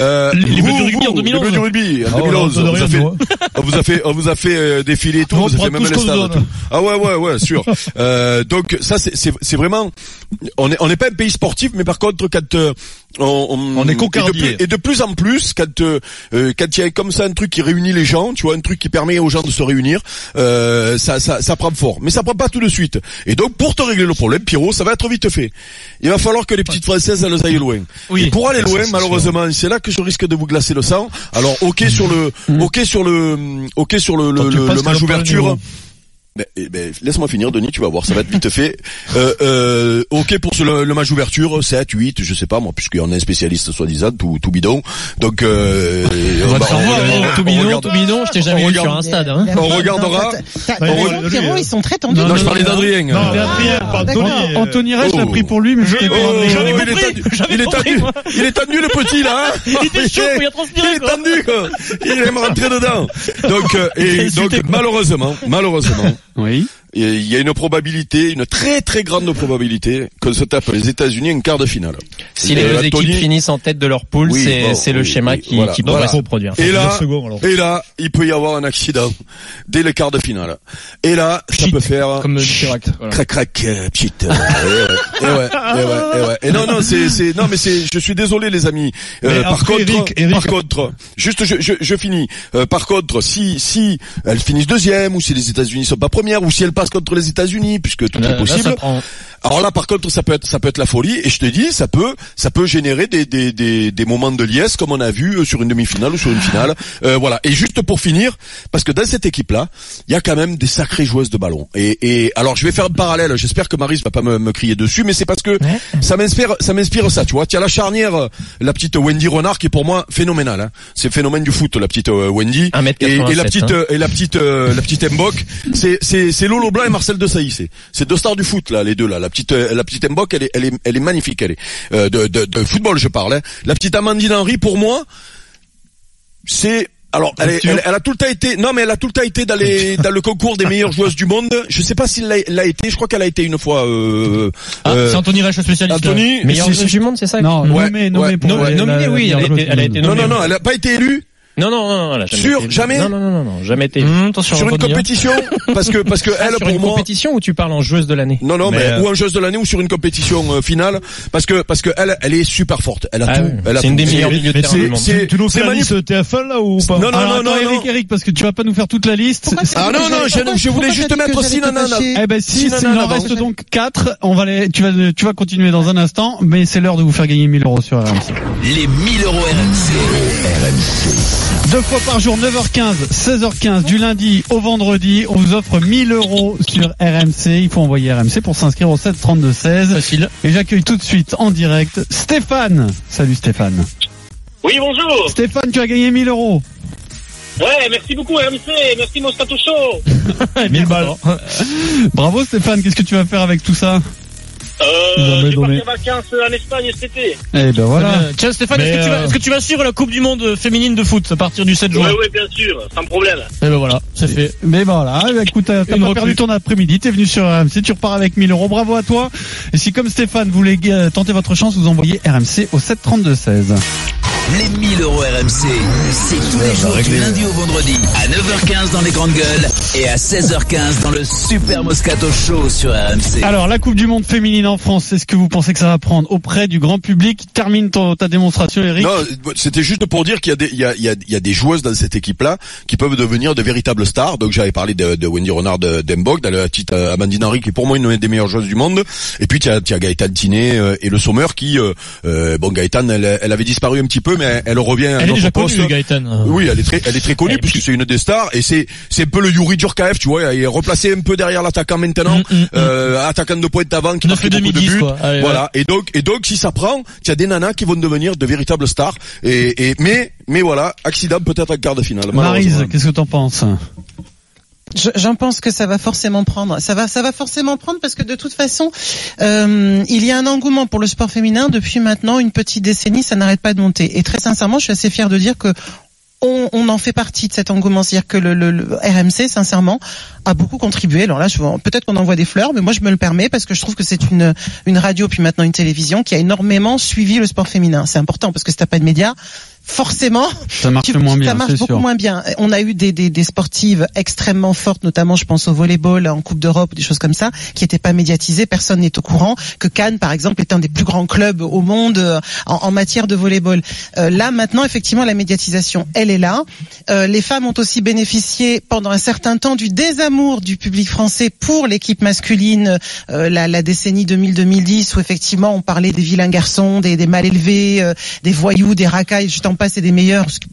Speaker 5: Euh,
Speaker 6: Les
Speaker 5: vous,
Speaker 6: Bleus du rugby
Speaker 5: vous,
Speaker 6: en
Speaker 5: les Bleus
Speaker 6: 2011.
Speaker 5: du rugby en
Speaker 4: Ah, on
Speaker 5: 2011.
Speaker 4: entend
Speaker 5: On vous a
Speaker 4: rien,
Speaker 5: fait,
Speaker 4: nous,
Speaker 5: on vous a fait, on vous a fait euh, défiler et tout,
Speaker 4: Nous, on
Speaker 5: vous avez
Speaker 4: prend
Speaker 5: fait même
Speaker 4: tout ce
Speaker 5: les
Speaker 4: qu'on nous
Speaker 5: stades et
Speaker 4: donne.
Speaker 5: tout. Ah ouais, ouais, ouais, sûr. euh, donc ça c'est, c'est, c'est vraiment, on est, on n'est pas un pays sportif, mais par contre quand euh, on,
Speaker 4: On est
Speaker 5: et de
Speaker 4: cocardier.
Speaker 5: plus- Et, de plus en plus, quand euh, euh, quand il y a comme ça un truc qui réunit les gens, tu vois, un truc qui permet aux gens de se réunir, euh, ça, ça ça prend fort. Mais ça prend pas tout de suite. Et donc pour te régler le problème, Pierrot, ça va être vite fait. Il va falloir que les petites françaises elles aillent loin.
Speaker 6: Oui.
Speaker 5: Et pour aller loin, malheureusement, c'est là que je risque de vous glacer le sang. Alors ok sur le ok sur le ok sur le le,
Speaker 4: tu
Speaker 5: le-
Speaker 4: passes
Speaker 5: le match
Speaker 4: le
Speaker 5: ouverture.
Speaker 4: Pologne,
Speaker 5: Ben, eh ben, laisse-moi finir, Denis, tu vas voir, ça va être vite fait. Euh, euh, ok pour ce- le, le match ouverture, 7, 8, je sais pas moi, puisqu'il y en a un spécialiste soi-disant, tout, tout bidon. Donc, euh,
Speaker 10: On va te
Speaker 5: bah,
Speaker 10: faire
Speaker 5: on-
Speaker 10: voir,
Speaker 5: on-
Speaker 10: hein. tout
Speaker 5: on
Speaker 10: mignon,
Speaker 5: regarde-
Speaker 10: tout mignon, je t'ai jamais
Speaker 5: on
Speaker 10: vu
Speaker 5: regarde-
Speaker 10: sur un stade.
Speaker 3: On
Speaker 10: Hein.
Speaker 5: regardera.
Speaker 3: T'as
Speaker 5: On
Speaker 3: raison,
Speaker 5: regarde-
Speaker 3: Pierrot, ils sont très tendus.
Speaker 5: Non, je parlais d'Adrien.
Speaker 4: Non,
Speaker 5: Euh,
Speaker 4: Adrien, pas
Speaker 3: d'accord.
Speaker 4: Tony.
Speaker 2: Anthony Reich l'a
Speaker 5: oh.
Speaker 2: pris pour lui, mais je,
Speaker 5: Oh,
Speaker 6: compris, j'avais
Speaker 5: il est
Speaker 6: compris,
Speaker 5: tendu,
Speaker 6: j'avais
Speaker 5: il est
Speaker 6: compris,
Speaker 5: tendu,
Speaker 6: moi.
Speaker 5: il est tendu le petit là. hein.
Speaker 6: Il était chaud, il a transpiré,
Speaker 5: Il est
Speaker 6: quoi.
Speaker 5: tendu, quoi. Il aime rentrer dedans. Donc, euh,
Speaker 6: Il a
Speaker 5: et donc
Speaker 6: insulté, quoi.
Speaker 5: malheureusement, malheureusement,
Speaker 2: Oui.
Speaker 5: Et il y a une probabilité, une très très grande probabilité qu'on se tape les États-Unis en quart de finale.
Speaker 10: Si
Speaker 5: Euh,
Speaker 10: les deux
Speaker 5: Anthony-
Speaker 10: équipes finissent en tête de leur poule,
Speaker 5: Oui,
Speaker 10: c'est
Speaker 5: bon,
Speaker 10: c'est le
Speaker 5: oui,
Speaker 10: schéma
Speaker 5: oui,
Speaker 10: qui,
Speaker 5: voilà,
Speaker 10: qui pourrait
Speaker 5: voilà.
Speaker 10: se produire.
Speaker 5: Et là,
Speaker 4: Deux secondes, alors.
Speaker 5: et là, il peut y avoir un accident dès le quart de finale. Et là, ça peut faire
Speaker 10: Comme Chirac. voilà.
Speaker 5: crac crac euh, pchit. Euh, et ouais, et ouais, et ouais, et ouais. Et non non, c'est c'est non mais c'est je suis désolé les amis. Euh,
Speaker 4: Mais
Speaker 5: par
Speaker 4: après,
Speaker 5: contre,
Speaker 4: Eric, Eric-
Speaker 5: par contre, juste je je, je finis. Euh, par contre, si si elles finissent deuxième ou si les États-Unis sont pas premières ou si elles passent contre les États-Unis puisque tout
Speaker 10: Là,
Speaker 5: est
Speaker 10: là,
Speaker 5: possible.
Speaker 10: ça prend-
Speaker 5: Alors là, par contre, ça peut être, ça peut être la folie. Et je te dis, ça peut, ça peut générer des, des, des, des moments de liesse, comme on a vu euh, sur une demi-finale ou sur une finale. Euh, voilà. Et juste pour finir, parce que dans cette équipe-là, il y a quand même des sacrées joueuses de ballon. Et, et alors, je vais faire un parallèle. J'espère que Maris va pas me, me crier dessus, mais c'est parce que ça m'inspire, ça m'inspire ça. Ah, Tu vois, tiens la charnière, euh, la petite Wendy Renard, qui est pour moi phénoménale. hein. C'est le phénomène du foot, la petite euh, Wendy.
Speaker 10: 1m87,
Speaker 5: et, et la petite,
Speaker 10: hein.
Speaker 5: euh, et la petite euh, la petite Mbok, c'est c'est c'est Lolo Blanc et Marcel de Sailly, c'est c'est deux stars du foot là, les deux là. La petite euh, la petite Mbok, elle est elle est elle est magnifique, elle est euh, de, de de football je parle. hein. La petite Amandine Henry pour moi, c'est alors elle, est- elle, elle a tout le temps été non mais elle a tout le temps été dans les dans le concours des meilleures joueuses du monde. Je sais pas s'il l'a l'a été, je crois qu'elle a été une fois. Euh,
Speaker 6: Ah,
Speaker 5: euh,
Speaker 6: c'est Anthony Reich, le spécialiste.
Speaker 5: Anthony,
Speaker 10: Meilleur
Speaker 5: si- si-
Speaker 10: du monde, c'est ça
Speaker 2: Non,
Speaker 5: Ouais,
Speaker 2: nommé, nommé
Speaker 5: ouais.
Speaker 2: pour
Speaker 10: Non,
Speaker 2: la-
Speaker 10: nommé,
Speaker 2: la-
Speaker 10: oui,
Speaker 2: la-
Speaker 10: elle a
Speaker 2: la-
Speaker 10: été- elle a été
Speaker 5: non
Speaker 10: nommée.
Speaker 5: non non, elle a pas été élue.
Speaker 10: Non, non, non, non, là,
Speaker 5: Sûr,
Speaker 10: été-
Speaker 5: jamais
Speaker 10: Non, non, non, non, non, jamais été.
Speaker 6: Hum,
Speaker 5: sur, une
Speaker 6: hein.
Speaker 5: compétition parce que parce que
Speaker 10: Ah,
Speaker 5: elle
Speaker 10: sur
Speaker 5: pour
Speaker 10: une
Speaker 5: moi
Speaker 10: compétition où tu parles en joueuse de l'année.
Speaker 5: non non mais,
Speaker 10: Mais, euh,
Speaker 5: ou en jeu de l'année ou sur une compétition euh, finale parce que parce que elle elle est super forte elle a
Speaker 10: Ah
Speaker 5: tout
Speaker 10: oui.
Speaker 5: elle a
Speaker 10: C'est une
Speaker 5: tout.
Speaker 10: des meilleures milieux de
Speaker 5: Mais
Speaker 10: terrain
Speaker 5: c'est-
Speaker 10: du monde.
Speaker 5: c'est-
Speaker 4: Tu nous
Speaker 5: c'est
Speaker 4: fais la
Speaker 5: magnifique.
Speaker 4: liste TF1 là ou pas
Speaker 5: Non, non,
Speaker 2: Alors,
Speaker 5: non,
Speaker 2: Ah, attends,
Speaker 5: non,
Speaker 2: Eric,
Speaker 5: non.
Speaker 2: Eric, parce que tu vas pas nous faire toute la liste.
Speaker 5: Ah non non je, je voulais juste mettre si nanana
Speaker 2: Eh ben si, c'est- il
Speaker 5: nanana,
Speaker 2: en
Speaker 5: pardon.
Speaker 2: reste donc 4. On va les, tu vas, tu vas continuer dans un instant, mais c'est l'heure de vous faire gagner 1000 euros sur RMC.
Speaker 1: Les 1000 euros RMC.
Speaker 2: Deux fois par jour, 9h15, 16h15, du lundi au vendredi, on vous offre 1000 euros sur RMC. Il faut envoyer RMC pour s'inscrire au 7 32 16. Facile. Et j'accueille tout de suite en direct Stéphane. Salut Stéphane.
Speaker 12: Oui, bonjour.
Speaker 2: Stéphane, tu as gagné 1000 euros.
Speaker 12: Ouais, merci beaucoup RMC, merci Moscato Show. Euh,
Speaker 2: 1000 balles. Bravo Stéphane, qu'est-ce que tu vas faire avec tout ça
Speaker 4: bah,
Speaker 12: Euh,
Speaker 2: Jamais
Speaker 12: je vais
Speaker 2: donné.
Speaker 12: partir en vacances en Espagne cet été.
Speaker 2: Eh ben voilà.
Speaker 6: Euh, Tiens Stéphane, est-ce
Speaker 2: Mais,
Speaker 6: que, tu vas-
Speaker 2: euh,
Speaker 6: est-ce que tu vas suivre la Coupe du Monde féminine de foot à partir du 7
Speaker 12: Oui,
Speaker 6: juin
Speaker 12: oui, bien sûr, sans problème.
Speaker 6: Et ben voilà, c'est fait.
Speaker 2: Mais ben voilà, eh ben écoute, t'as t'as
Speaker 6: Une
Speaker 2: pas
Speaker 6: recrue.
Speaker 2: perdu ton après-midi, t'es venu sur RMC, tu repars avec 1000 euros, bravo à toi. Et si comme Stéphane, vous voulez euh, tenter votre chance, vous envoyez RMC au 732-16.
Speaker 1: Les 1000 euros RMC, c'est tous les jours du lundi au vendredi à 9h15 dans les grandes gueules et à 16h15 dans le Super Moscato Show sur RMC.
Speaker 2: Alors, la Coupe du Monde féminine en France, est-ce que vous pensez que ça va prendre auprès du grand public Termine ton- ta démonstration, Eric.
Speaker 5: Non, euh, c'était juste pour dire qu'il y a des, il y a, il y a, il y a des joueuses dans cette équipe-là qui peuvent devenir de véritables stars. Donc j'avais parlé de, de Wendy Renard, de- d'Embog, de la petite euh, Amandine Henry qui est pour moi une des meilleures joueuses du monde. Et puis tu as, tu as Gaëtan Tinet euh, et le Sommer qui, euh, euh, bon Gaëtan, elle, elle avait disparu un petit peu, mais elle revient. à
Speaker 6: Elle est
Speaker 5: notre
Speaker 6: déjà connue, hein.
Speaker 5: poste.
Speaker 6: Gaëtan.
Speaker 5: Oui, elle est très, elle est très connue
Speaker 6: Et
Speaker 5: puisque c'est une des stars et c'est, c'est un peu le Yuri Djurkaev, tu vois, il est replacé un peu derrière l'attaquant maintenant, euh, attaquant de pointe d'avant qui
Speaker 6: Neuf
Speaker 5: marquait
Speaker 6: et
Speaker 5: beaucoup de
Speaker 6: 2010,
Speaker 5: buts.
Speaker 6: quoi. Allez,
Speaker 5: voilà.
Speaker 6: ouais.
Speaker 5: Et donc, et donc, si ça prend, il y a des nanas qui vont devenir de véritables stars. Et, et mais, mais voilà, accident peut-être en quart de finale. malheureusement.
Speaker 2: Marise, qu'est-ce que t'en penses
Speaker 3: Je- J'en pense que ça va forcément prendre. Ça va, ça va forcément prendre parce que de toute façon, euh, il y a un engouement pour le sport féminin depuis maintenant une petite décennie. Ça n'arrête pas de monter. Et très sincèrement, je suis assez fière de dire que on, on en fait partie de cet engouement. C'est-à-dire que le, le- le RMC, sincèrement, a beaucoup contribué. Alors là, je vois- peut-être qu'on envoie des fleurs, mais moi je me le permets parce que je trouve que c'est une, une radio puis maintenant une télévision qui a énormément suivi le sport féminin. C'est important parce que si t'as pas de médias, forcément,
Speaker 2: Ça marche moins bien,
Speaker 3: Ça marche
Speaker 2: c'est
Speaker 3: beaucoup
Speaker 2: sûr.
Speaker 3: moins bien. On a eu des, des, des sportives extrêmement fortes, notamment je pense au volleyball en Coupe d'Europe, des choses comme ça, qui n'étaient pas médiatisées. Personne n'est au courant que Cannes, par exemple, est un des plus grands clubs au monde euh, en, en matière de volleyball. Euh, là, maintenant, effectivement, la médiatisation, elle est là. Euh, les femmes ont aussi bénéficié pendant un certain temps du désamour du public français pour l'équipe masculine, euh, la, la décennie 2000-2010, où effectivement on parlait des vilains garçons, des, des mal élevés, euh, des voyous, des racailles, je t'en passe et des meilleurs. ce qui-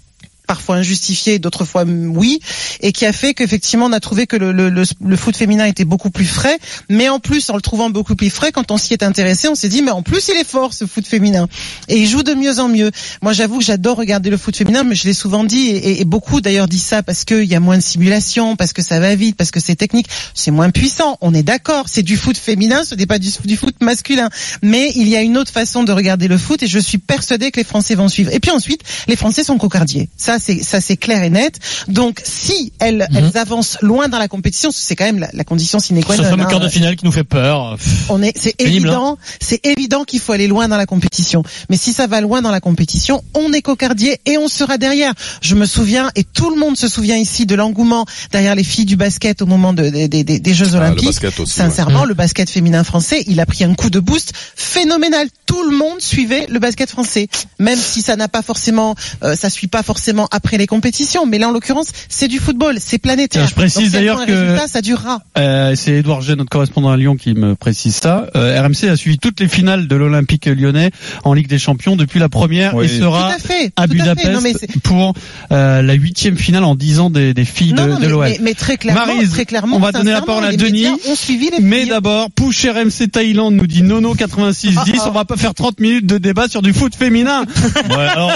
Speaker 3: parfois injustifié, d'autres fois mm, oui, et qui a fait qu'effectivement on a trouvé que le, le, le, le foot féminin était beaucoup plus frais, mais en plus en le trouvant beaucoup plus frais, quand on s'y est intéressé, on s'est dit mais en plus il est fort ce foot féminin, et il joue de mieux en mieux. Moi j'avoue que j'adore regarder le foot féminin, mais je l'ai souvent dit, et, et- et beaucoup d'ailleurs dit ça parce qu'il y a moins de simulation, parce que ça va vite, parce que c'est technique, c'est moins puissant, on est d'accord, c'est du foot féminin, ce n'est pas du, du foot masculin, mais il y a une autre façon de regarder le foot, et je suis persuadée que les Français vont suivre. Et puis ensuite, les Français sont cocardiers. Ça, c'est ça, c'est clair et net. Donc, si elles, elles avancent loin dans la compétition, c'est quand même la, la condition sine qua
Speaker 6: Ce
Speaker 3: non.
Speaker 6: fameux
Speaker 3: hein.
Speaker 6: quart de finale qui nous fait peur.
Speaker 3: On est, c'est
Speaker 2: hein.
Speaker 6: Pénible,
Speaker 3: évident, c'est évident qu'il faut aller loin dans la compétition. Mais si ça va loin dans la compétition, on est cocardier et on sera derrière. Je me souviens et tout le monde se souvient ici de l'engouement derrière les filles du basket au moment de- des- des- des- des Jeux
Speaker 5: Ah, le
Speaker 3: Olympiques.
Speaker 5: basket aussi, ouais.
Speaker 3: Sincèrement,
Speaker 2: Mmh.
Speaker 3: le basket féminin français, il a pris un coup de boost phénoménal. Tout le monde suivait le basket français, même si ça n'a pas forcément, euh, ça suit pas forcément après les compétitions. Mais là, en l'occurrence, c'est du football, c'est planétaire.
Speaker 2: Tiens, je précise
Speaker 3: Donc, si elles
Speaker 2: d'ailleurs
Speaker 3: font un
Speaker 2: que-
Speaker 3: résultat, ça durera.
Speaker 2: Euh, c'est Edouard G, notre correspondant à Lyon, qui me précise ça. Euh, RMC a suivi toutes les finales de l'Olympique lyonnais en Ligue des Champions depuis la première
Speaker 3: Oui.
Speaker 2: et sera
Speaker 3: Tout à fait, tout à
Speaker 2: à
Speaker 3: fait.
Speaker 2: Budapest
Speaker 3: Non, mais c'est-
Speaker 2: pour euh, la huitième finale en 10 ans des, des filles
Speaker 3: Non,
Speaker 2: de,
Speaker 3: non,
Speaker 2: de
Speaker 3: mais,
Speaker 2: l'OM.
Speaker 3: mais- mais très clairement,
Speaker 2: Maryse,
Speaker 3: très clairement,
Speaker 2: on va donner la
Speaker 3: sincèrement,
Speaker 2: parole à
Speaker 3: les
Speaker 2: Denis.
Speaker 3: médias ont suivi les
Speaker 2: Mais
Speaker 3: filles.
Speaker 2: d'abord, Pouche RMC Thaïlande nous dit Nono 96 10. On va pas faire 30 minutes de débat sur du foot féminin.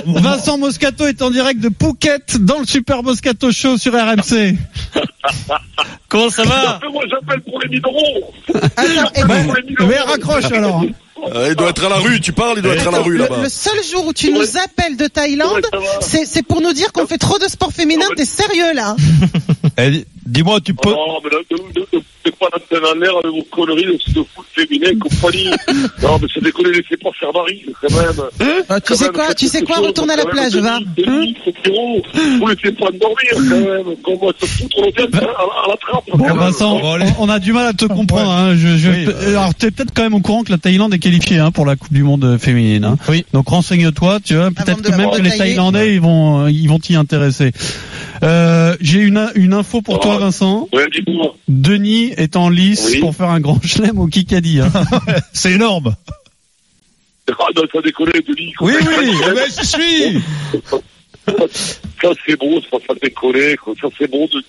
Speaker 2: Vincent Moscato est en direct de Phuket dans le Super Moscato Show sur RMC.
Speaker 6: Comment ça va
Speaker 7: Moi, j'appelle pour les 1000 euros.
Speaker 3: Attends, et-
Speaker 7: J'appelle pour les 1000 euros.
Speaker 2: Mais raccroche alors.
Speaker 5: Euh, il doit être à la rue. Tu parles, il doit être à la rue
Speaker 3: le,
Speaker 5: là-bas.
Speaker 3: le seul jour où tu nous appelles de Thaïlande,
Speaker 7: Ouais, ça va.
Speaker 3: c'est c'est pour nous dire qu'on fait trop de sport féminin. T'es sérieux là
Speaker 4: Eh, dis- Dis-moi, tu peux.
Speaker 7: Oh, mais là, de, de, de, de
Speaker 8: pas la tête en l'air avec vos conneries de ce foot féminin et compagnie. Non, mais c'est déconné, laissez pas faire Marie, quand même.
Speaker 3: Ah, tu
Speaker 8: Quand
Speaker 3: sais
Speaker 8: même,
Speaker 3: quoi,
Speaker 8: faites
Speaker 3: tu sais
Speaker 8: quelque
Speaker 3: quoi,
Speaker 8: chose,
Speaker 3: retourne à la
Speaker 8: quand
Speaker 3: plage,
Speaker 8: même,
Speaker 3: va. Hein
Speaker 8: Denis, Denis, c'est Pierrot. Vous laissez pas dormir, quand même. Comment se foutre l'audience
Speaker 3: Bah
Speaker 8: à, la- à la trappe.
Speaker 13: Ah,
Speaker 2: Bon, Vincent, on- on a du mal à te comprendre. Hein. Je, je-
Speaker 13: euh,
Speaker 2: Alors, t'es peut-être quand même au courant que la Thaïlande est qualifiée hein, pour la Coupe du Monde euh, féminine. hein. Donc, renseigne-toi. Tu vois, peut-être que même que les
Speaker 3: retailler.
Speaker 2: Thaïlandais, ils vont, euh, ils vont t'y intéresser. Euh, J'ai une, une info pour
Speaker 13: Oh.
Speaker 2: toi, Vincent.
Speaker 8: Ouais, dis-moi.
Speaker 2: Denis est en lice
Speaker 8: Oui.
Speaker 2: pour faire un grand chelem au Kikadi. hein.
Speaker 13: C'est énorme.
Speaker 8: Ah non, ça déconne, Denis.
Speaker 13: Oui, oui, eh ben, je suis.
Speaker 8: Ça, c'est beau, ça, ça déconne, quoi. Ça, c'est beau de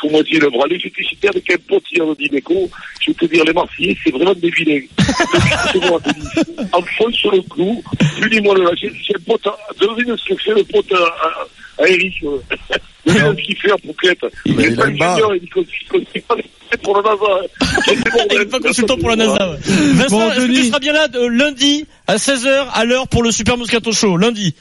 Speaker 8: Faut moi dire le bras. Allez, j'étais j'étais avec un pote hier au Dineco. Je vais te dire, les Marseillais, c'est vraiment des vilains. C'est moi, Denis. Enfonce sur le clou, punis-moi le lâcher. J'ai un pote, à- devine ce que fait le pote à, à, à Eric. euh. Le gars qui fait un bouquette. Il est pas ingénieur, il est consultant pour la NASA. Il est
Speaker 1: pas consultant pour la NASA. ouais. Vincent, est-ce que tu seras bien là euh, lundi à 16h à l'heure pour le Super Moscato Show Lundi.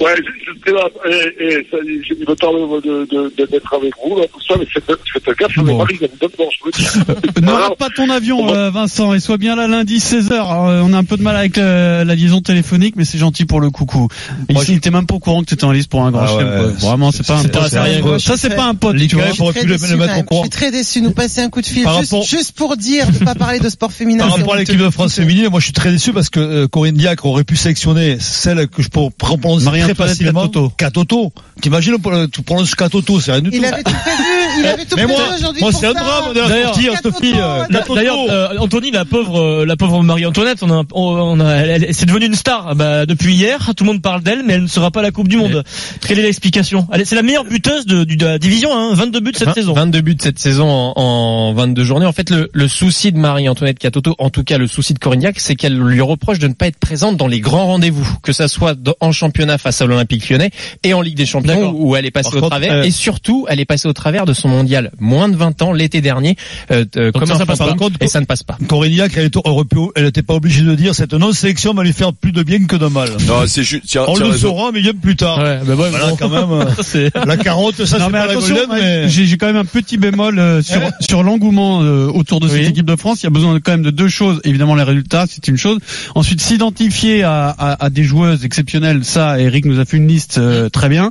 Speaker 8: Ouais, je, je sais là, eh, eh, ça, je me tarde de, de, de- d'être avec vous, là, tout ça, mais faites, faites gaffe, les maris, elles vous donnent bon, je vous le dis.
Speaker 2: Ne rate pas ton avion, euh, Vincent, et sois bien là lundi 16h. on a un peu de mal avec euh, la liaison téléphonique, mais c'est gentil pour le coucou. Il il était même pas au courant que t'étais en liste pour un grand
Speaker 13: Ah
Speaker 2: chelem,
Speaker 13: ouais,
Speaker 2: quoi.
Speaker 13: c'est-
Speaker 2: Vraiment, c'est pas un
Speaker 13: c'est hein. pas
Speaker 2: pote.
Speaker 13: sérieux, quoi.
Speaker 2: Ça, c'est pas un pote,
Speaker 13: Les
Speaker 2: tu
Speaker 13: gars,
Speaker 2: vois.
Speaker 13: ils pourraient
Speaker 3: Très
Speaker 13: plus le-
Speaker 3: déçu,
Speaker 13: le mettre
Speaker 3: quand
Speaker 13: au
Speaker 3: même. Je
Speaker 13: courant.
Speaker 3: suis très déçu, nous passer un coup de fil
Speaker 13: Par
Speaker 3: juste,
Speaker 13: rapport-
Speaker 3: juste pour dire de pas parler de sport féminin.
Speaker 13: Par
Speaker 3: c'est
Speaker 13: rapport à l'équipe
Speaker 3: honteux.
Speaker 13: de France féminine, moi je suis très déçu parce que euh, Corinne Diacre aurait pu sélectionner celle que je pour- prononce très
Speaker 2: Marie-Antoinette
Speaker 13: facilement. Katoto. T'imagines, on pr- tu prononces Katoto, c'est rien du tout.
Speaker 3: Il avait tout prévu, il avait tout
Speaker 13: Mais
Speaker 3: prévu
Speaker 13: moi-
Speaker 3: aujourd'hui
Speaker 13: moi,
Speaker 3: pour
Speaker 13: c'est un
Speaker 3: ça.
Speaker 13: drame de la D'ailleurs, sortie, hein, Sophie, euh,
Speaker 1: La- D'ailleurs, euh, Anthony, la pauvre, euh, la pauvre Marie-Antoinette, on a, on a, elle, elle- c'est devenu une star. Bah, depuis hier, tout le monde parle d'elle, mais elle ne sera pas à la Coupe du Monde. Quelle est l'explication Elle est- C'est la meilleure buteuse de, du- de la division, hein, 22 buts cette
Speaker 4: Vingt-
Speaker 1: saison.
Speaker 4: 22 buts cette saison en, en 22 journées. En fait, le, le souci de Marie-Antoinette Catoto, en tout cas le souci de Corignac, c'est qu'elle lui reproche de ne pas être présente dans les grands rendez-vous, que ça soit dans- en championnat face à l'Olympique lyonnais et en Ligue des Champions où elle est passée
Speaker 1: Par
Speaker 4: au
Speaker 1: contre,
Speaker 4: travers.
Speaker 1: euh,
Speaker 4: Et surtout, elle est passée au travers de son mondial moins de 20 ans l'été dernier. Euh,
Speaker 13: Donc
Speaker 4: euh, comment
Speaker 13: ça,
Speaker 4: ça,
Speaker 13: par
Speaker 4: passe pas
Speaker 13: contre,
Speaker 4: Et ça ne passe pas.
Speaker 13: Corinne Diacre, elle était- aurait pu- elle n'était pas obligée de dire cette non-sélection va lui faire plus de bien que de mal.
Speaker 5: Non, c'est juste, tiens,
Speaker 13: On
Speaker 5: tiens,
Speaker 13: le
Speaker 5: raison.
Speaker 13: saura, mais bien plus tard.
Speaker 4: Ouais, bah ouais,
Speaker 13: voilà,
Speaker 4: bon.
Speaker 13: quand même. euh,
Speaker 4: Ça, c'est-
Speaker 13: la carotte, ça, c'est
Speaker 2: Non, mais
Speaker 13: pas la
Speaker 2: attention,
Speaker 13: goélette, mais... Eh
Speaker 2: J'ai j'ai quand même un petit bémol euh, sur, sur l'engouement euh, autour de cette équipe de France. Il y a besoin quand même de deux choses. Évidemment, les résultats, c'est une chose. Ensuite, s'identifier à, à- à des joueuses exceptionnelles, ça, Eric nous a fait une liste euh, très bien.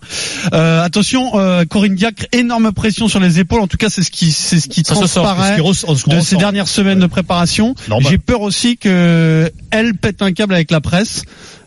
Speaker 2: Euh, attention, euh, Corinne Diacre, énorme pression sur les épaules. En tout cas, c'est ce qui, c'est ce qui
Speaker 13: Ça se sort,
Speaker 2: transparaît
Speaker 13: c'est ce qui re- ce qu'on
Speaker 2: de ces
Speaker 13: ressent.
Speaker 2: dernières semaines de préparation.
Speaker 13: Normal.
Speaker 2: J'ai peur aussi que elle pète un câble avec la presse.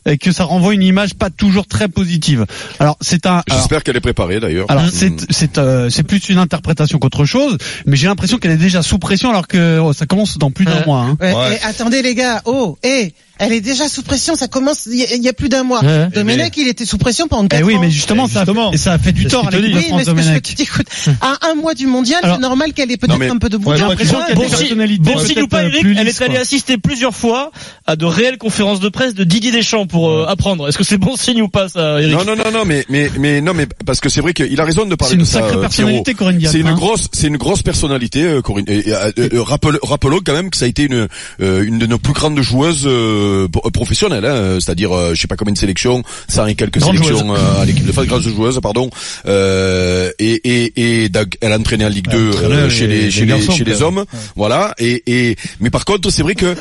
Speaker 2: Et que ça renvoie une image pas toujours très positive. Alors c'est un. alors,
Speaker 5: J'espère qu'elle est préparée d'ailleurs. Mm.
Speaker 2: alors c'est c'est euh, c'est plus une interprétation qu'autre chose, mais j'ai l'impression qu'elle est déjà sous pression alors que oh, ça commence dans plus
Speaker 1: Euh,
Speaker 2: d'un mois. hein.
Speaker 3: Ouais, et attendez les gars, oh, eh, elle est déjà sous pression, ça commence il y, a- il y a plus d'un mois.
Speaker 2: Ouais.
Speaker 3: Domenech, il était sous pression pendant
Speaker 2: Eh
Speaker 3: 4
Speaker 2: oui,
Speaker 3: ans.
Speaker 2: mais justement, ça, a fait- ça a fait du tort à l'équipe de
Speaker 3: Oui, mais
Speaker 2: France
Speaker 3: ce que je veux
Speaker 2: Domenech. Hum.
Speaker 3: te dire, écoute, à un mois du mondial,
Speaker 2: Alors-
Speaker 3: c'est normal qu'elle ait
Speaker 2: Non, mais-
Speaker 3: peut-être un peu de
Speaker 2: Ouais,
Speaker 3: bout.
Speaker 2: j'ai l'impression qu'elle a des personnalités
Speaker 1: Bon, si
Speaker 2: peut-être,
Speaker 1: ou pas,
Speaker 2: euh,
Speaker 1: Eric, elle
Speaker 2: plus lisses,
Speaker 1: est allée
Speaker 2: quoi.
Speaker 1: assister plusieurs fois à de réelles conférences de presse de Didier Deschamps pour euh, apprendre. Est-ce que c'est bon signe ou pas, ça, Eric
Speaker 5: Non, non, non, non, mais, mais, mais, non, mais, parce que c'est vrai qu'il a raison de parler
Speaker 2: C'est une
Speaker 5: de ça.
Speaker 2: sacrée
Speaker 5: euh,
Speaker 2: personnalité,
Speaker 5: Pierrot.
Speaker 2: Corinne Diacre,
Speaker 5: C'est une
Speaker 2: hein.
Speaker 5: grosse, c'est une grosse personnalité, euh, Corinne. Et, et, euh, euh, rappel- rappelons quand même que ça a été une, euh, une de nos plus grandes joueuses euh, pro- professionnelles, hein, euh, c'est-à-dire, euh, je sais pas combien de sélections, ça et quelques
Speaker 13: Grande
Speaker 5: sélections
Speaker 13: joueuse.
Speaker 5: euh, à l'équipe de France, grande joueuse, pardon. Euh, et, et, et d'ag- elle a entraîné en Ligue 2 euh,
Speaker 13: entraîneur
Speaker 5: chez
Speaker 13: et
Speaker 5: les,
Speaker 13: les
Speaker 5: chez les,
Speaker 13: garçons,
Speaker 5: chez les
Speaker 13: quoi.
Speaker 5: hommes, voilà. Et, et, mais par contre, c'est vrai que.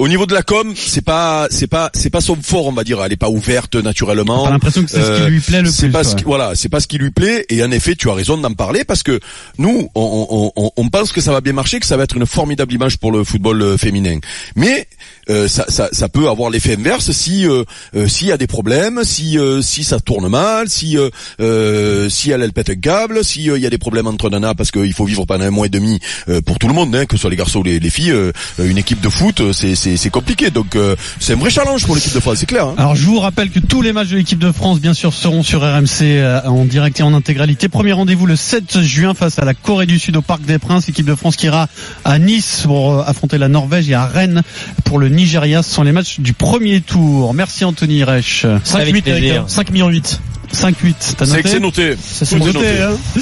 Speaker 5: Au niveau de la com, c'est pas, c'est pas, c'est pas son fort, on va dire. Elle est pas ouverte naturellement. Euh,
Speaker 2: T'as l'impression que c'est ce qui lui plaît le
Speaker 5: c'est
Speaker 2: plus,
Speaker 5: pas
Speaker 2: ouais.
Speaker 5: ce qui- voilà, c'est pas ce qui lui plaît. Et en effet, tu as raison d'en parler parce que nous, on, on- on- on pense que ça va bien marcher, que ça va être une formidable image pour le football euh, féminin. Mais euh, ça, ça- ça peut avoir l'effet inverse si euh, euh, s'il y a des problèmes, si euh, si ça tourne mal, si euh, euh, si elle, elle pète un câble, si euh, il y a des problèmes entre nanas parce qu'il faut vivre pendant un mois et demi euh, pour tout le monde, hein, que ce soit les garçons ou les, les filles. euh, une équipe de foot, euh, c'est c'est- c'est compliqué. Donc euh, c'est un vrai challenge pour l'équipe de France, c'est clair. hein.
Speaker 2: Alors je vous rappelle que tous les matchs de l'équipe de France bien sûr seront sur RMC euh, en direct et en intégralité. Premier rendez-vous le 7 juin face à la Corée du Sud au Parc des Princes. L'équipe de France qui ira à Nice pour euh, affronter la Norvège et à Rennes pour le Nigeria. Ce sont les matchs du premier tour. Merci Anthony Reich.
Speaker 1: 5
Speaker 2: 5-8 hein.
Speaker 1: millions 8.
Speaker 2: 5-8, t'as
Speaker 5: C'est
Speaker 2: noté
Speaker 5: que c'est noté.
Speaker 2: Ça, c'est
Speaker 5: Tout est
Speaker 2: noté, hein.